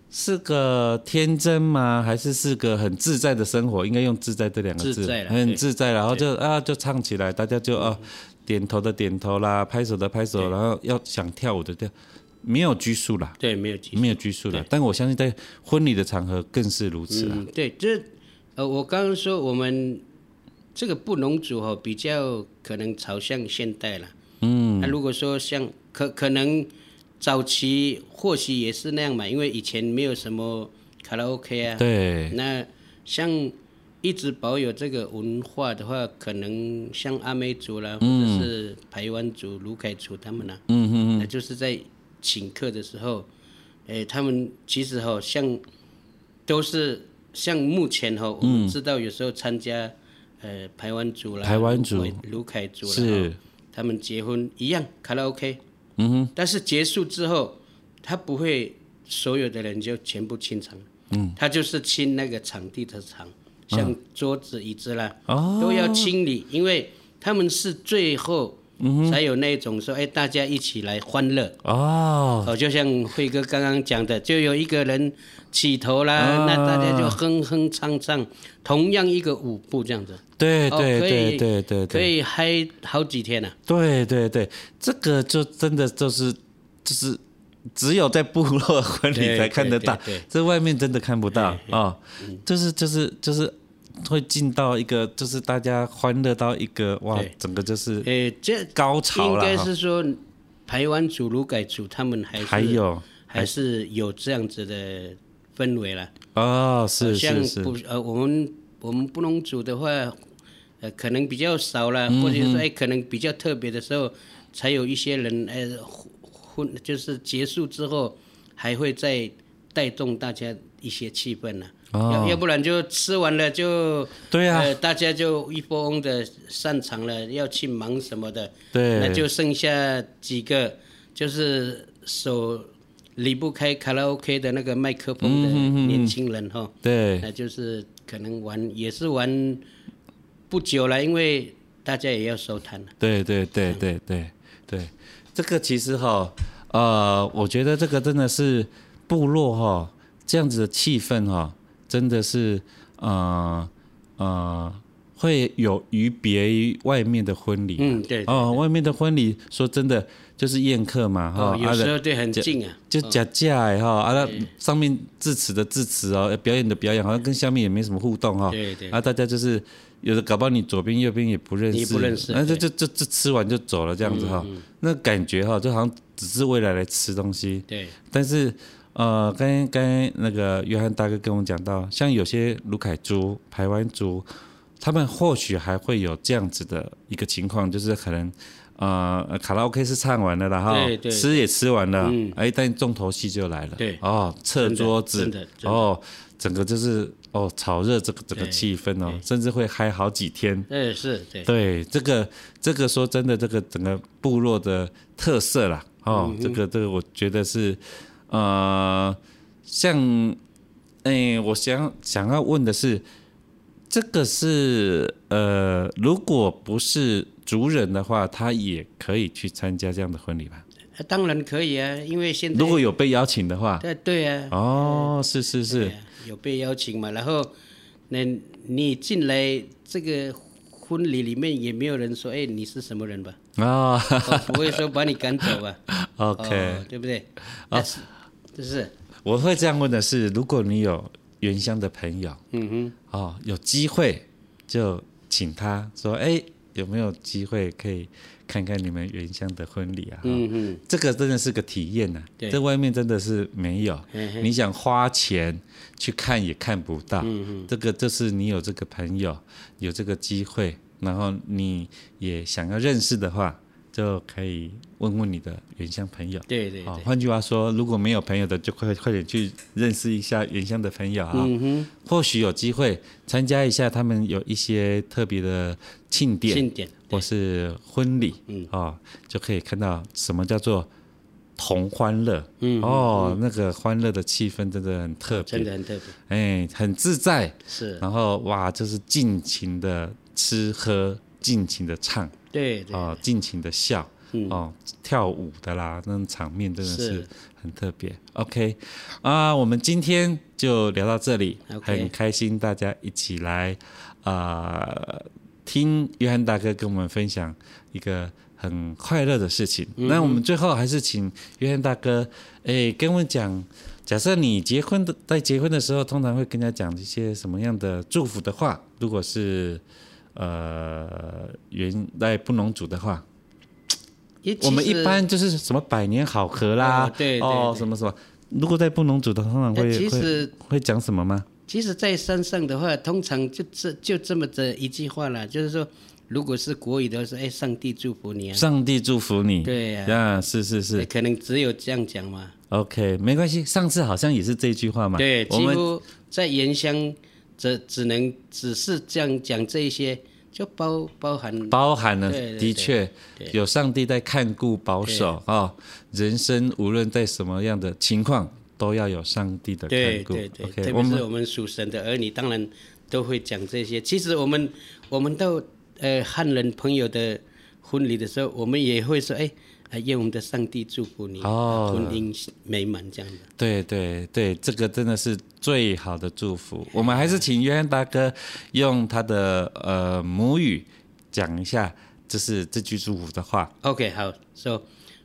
Speaker 1: 是个天真吗？还是是个很自在的生活？应该用“自在”这两个字
Speaker 2: 自在，啦
Speaker 1: 很
Speaker 2: 对
Speaker 1: 自在啦。然后就啊，就唱起来，大家就啊，点头的点头啦，拍手的拍手，然后要想跳舞的跳，没有拘束啦，
Speaker 2: 对，没有记错
Speaker 1: 没有拘束啦
Speaker 2: 对。
Speaker 1: 但我相信在婚礼的场合更是如此啦。
Speaker 2: 嗯，对，这呃，我刚刚说我们这个布农族哈、哦，比较可能朝向现代了。嗯，那、如果说像可可能早期或许也是那样嘛，因为以前没有什么卡拉 OK 啊。。
Speaker 1: 对，
Speaker 2: 那像一直保有这个文化的话，可能像阿美族啦，或者是台湾族、卢凯族他们啦、
Speaker 1: 嗯哼，
Speaker 2: 那就是在请客的时候，诶，他们其实哈、像都是像目前哈、我们知道有时候参加呃台湾族啦、
Speaker 1: 嗯台湾族
Speaker 2: 卢凯卢凯族啦，
Speaker 1: 是
Speaker 2: 哦他们结婚一样卡拉 OK，
Speaker 1: 嗯哼，
Speaker 2: 但是结束之后，他不会所有的人就全部清场，嗯，他就是清那个场地的场，像桌子、椅子啦，
Speaker 1: 嗯哦
Speaker 2: 都要清理，因为他们是最后
Speaker 1: 嗯
Speaker 2: 才有那种说，哎，大家一起来欢乐。
Speaker 1: 哦，
Speaker 2: 哦，就像辉哥刚刚讲的，就有一个人起头啦，
Speaker 1: 啊
Speaker 2: 那大家就哼哼唱唱，同样一个舞步这样子。
Speaker 1: 对
Speaker 2: 哦
Speaker 1: 对
Speaker 2: 可
Speaker 1: 对
Speaker 2: 以
Speaker 1: 对对
Speaker 2: 可
Speaker 1: 对，
Speaker 2: 以嗨好几天啊呢、
Speaker 1: 对对对，这个就真的就是就是只有在部落婚礼
Speaker 2: 对
Speaker 1: 才看得
Speaker 2: 对
Speaker 1: 到
Speaker 2: 对对，
Speaker 1: 在外面真的看不到啊。就是就是就是会进到一个就是大家欢乐到一个哇
Speaker 2: 对，
Speaker 1: 整个就是
Speaker 2: 诶，呃这
Speaker 1: 高潮
Speaker 2: 应
Speaker 1: 了
Speaker 2: 该
Speaker 1: 哈
Speaker 2: 是说台湾族、卢改族他们还是
Speaker 1: 还有
Speaker 2: 还是有这样子的氛围啦。
Speaker 1: 哦，是
Speaker 2: 像
Speaker 1: 是是，
Speaker 2: 不呃，我们我们布农族的话，呃，可能比较少啦，
Speaker 1: 嗯
Speaker 2: 或者说哎，可能比较特别的时候，才有一些人哎婚就是结束之后，还会再带动大家一些气氛呢、
Speaker 1: 哦
Speaker 2: 要要不然就吃完了就
Speaker 1: 对啊
Speaker 2: 呃，大家就一窝蜂的散场了，要去忙什么的，
Speaker 1: 对
Speaker 2: 那就剩下几个，就是手离不开卡拉 OK 的那个麦克风
Speaker 1: 嗯
Speaker 2: 的年轻人哈、那
Speaker 1: 对
Speaker 2: 就是可能玩也是玩不久了，因为大家也要收摊了。
Speaker 1: 对对对对对对，这个其实哈，呃，我觉得这个真的是部落哈这样子的气氛哈，真的是呃呃会有于别于外面的婚礼。
Speaker 2: 嗯，对，
Speaker 1: 哦，外面的婚礼说真的就是宴客嘛，哈、
Speaker 2: 哦，有
Speaker 1: 啊
Speaker 2: 时候对很近啊，
Speaker 1: 就假假哎
Speaker 2: 嗯
Speaker 1: 哈，啊那上面致辞的致辞哦，呃表演的表演，好像跟下面也没什么互动哈、哦。
Speaker 2: 对对
Speaker 1: 啊，大家就是有的搞不好你左边右边也不认识，啊
Speaker 2: 你不认识
Speaker 1: 那就就
Speaker 2: 对嗯
Speaker 1: 就就吃完就走了这样子哈、那感觉哈、就好像只是为了来吃东西。
Speaker 2: 对
Speaker 1: 但是呃，刚才刚才那个约翰大哥跟我们讲到，像有些卢凯族、台湾族，他们或许还会有这样子的一个情况，就是可能。呃，卡拉 OK 是唱完了啦，哈
Speaker 2: 对，对
Speaker 1: 吃也吃完了，哎，但重头戏就来了，
Speaker 2: 对
Speaker 1: 哦，撤桌子
Speaker 2: 真的，真的
Speaker 1: 哦，整个就是哦，炒热这个整个
Speaker 2: 对
Speaker 1: 气氛哦
Speaker 2: 对，
Speaker 1: 甚至会嗨好几天，
Speaker 2: 对是，对
Speaker 1: 对，这个这个说真的，这个整个部落的特色啦，哦，
Speaker 2: 嗯
Speaker 1: 这个这个我觉得是，呃，像，哎、我想想要问的是，这个是呃，如果不是族人的话，他也可以去参加这样的婚礼吧？
Speaker 2: 啊当然可以啊，因为现在
Speaker 1: 如果有被邀请的话，
Speaker 2: 对对啊，
Speaker 1: 哦，是是是
Speaker 2: 对啊，有被邀请嘛，然后那你进来这个婚礼里面也没有人说，哎，你是什么人
Speaker 1: *laughs*
Speaker 2: 吧？
Speaker 1: 啊、
Speaker 2: 哦不会说把你赶走
Speaker 1: *laughs*
Speaker 2: 吧
Speaker 1: o k
Speaker 2: 哦对不对？啊，就是
Speaker 1: 我会这样问的是，如果你有原乡的朋友，嗯哼，哦，有机会就请他说，哎，有没有机会可以看看你们原乡的婚礼啊？嗯嗯，这个真的是个体验呐、
Speaker 2: 对
Speaker 1: 在外面真的是没有，你想花钱去看也看不到，嗯嗯，这个就是你有这个朋友，有这个机会，然后你也想要认识的话。就可以问问你的原乡朋友，
Speaker 2: 对对
Speaker 1: 哦
Speaker 2: 对，
Speaker 1: 换句话说，如果没有朋友的，就快快点去认识一下原乡的朋友啊，
Speaker 2: 嗯
Speaker 1: 或许有机会参加一下他们有一些特别的庆典，
Speaker 2: 庆典
Speaker 1: 或是婚礼，
Speaker 2: 嗯
Speaker 1: 哦，就可以看到什么叫做同欢乐，嗯，哦，那个欢乐的气氛真的很特别，
Speaker 2: 真的很特别，
Speaker 1: 哎，很自在，
Speaker 2: 是
Speaker 1: 然后哇，就是尽情的吃喝，尽情的唱，
Speaker 2: 对对
Speaker 1: 哦，尽情的笑，哦，跳舞的啦，那种场面真的是
Speaker 2: 是
Speaker 1: 很特别。OK，啊、我们今天就聊到这里
Speaker 2: OK
Speaker 1: 很开心大家一起来啊、呃听约翰大哥跟我们分享一个。很快乐的事情。那我们最后还是请约翰大哥，哎、跟我讲，假设你结婚的，在结婚的时候，通常会跟人家讲一些什么样的祝福的话？如果是呃原在布农族的话，
Speaker 2: 也其实
Speaker 1: 我们一般就是什么百年好合啦，
Speaker 2: 哦对对
Speaker 1: 哦
Speaker 2: 对
Speaker 1: 什么什么。如果在布农族的，通常
Speaker 2: 呃
Speaker 1: 会
Speaker 2: 其实
Speaker 1: 会会讲什么吗？
Speaker 2: 其实，在山上的话，通常就这就这么的一句话啦，就是说，如果是国语的话，是哎，上帝祝福你啊，
Speaker 1: 上帝祝福你。
Speaker 2: 对呀
Speaker 1: 啊，是是
Speaker 2: 哎
Speaker 1: 是
Speaker 2: 可能只有这样讲嘛。
Speaker 1: ，OK，没关系。上次好像也是这句话嘛。
Speaker 2: 对，
Speaker 1: 我
Speaker 2: 几
Speaker 1: 们
Speaker 2: 乎在原乡只只能只是这样讲这一些，就包包含
Speaker 1: 包含了，
Speaker 2: 对对对
Speaker 1: 的确有上帝在看顾保守啊、哦。人生无论在什么样的情况，都要有上帝的看
Speaker 2: 对
Speaker 1: 顾。
Speaker 2: 对对
Speaker 1: o
Speaker 2: 特
Speaker 1: k 我
Speaker 2: 别是
Speaker 1: 们
Speaker 2: 我们属神的儿女，当然都会讲这些。其实我们我们到呃汉人朋友的婚礼的时候，我们也会说，哎，啊，愿我们的上帝祝福你，啊
Speaker 1: 哦
Speaker 2: 婚姻美满这样的。
Speaker 1: 对对对，这个真的是最好的祝福。我们还是请约翰大哥用他的呃母语讲一下，就是这句祝福的话。
Speaker 2: OK，好，So，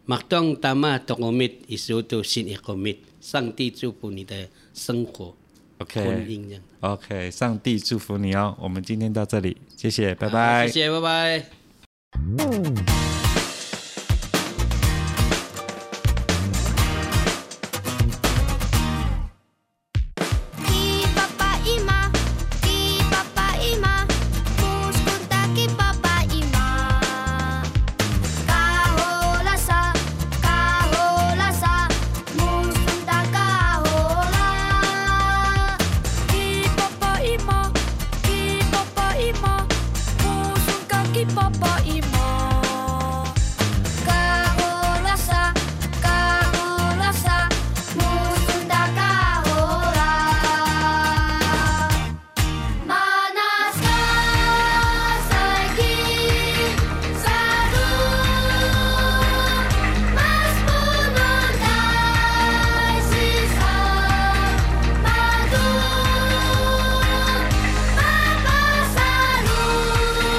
Speaker 2: 马东达玛多我密，伊苏都信一个密，上帝祝福你的生活、婚
Speaker 1: OK
Speaker 2: 姻这样。
Speaker 1: OK，上帝祝福你哦。我们今天到这里，谢谢，拜
Speaker 2: 好
Speaker 1: 拜。
Speaker 2: 谢谢，拜拜。
Speaker 4: Kipapaima, kipapaima, uskonta kipapaima. Kaholasa, kaholasa, uskonta kahola. Kipapaima, kipapaima, uskonta kipapaima. Kaholasa, kaholasa, muistuttaa kaholaa. Manaskasaikin sadun, mas punon taisissa madun. Papa sanoo, namaskari kaholaa.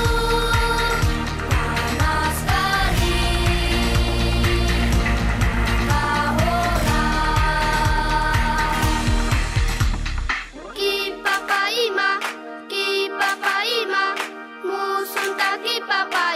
Speaker 4: Kipapaima, kipapaima, musun tak kipapaima.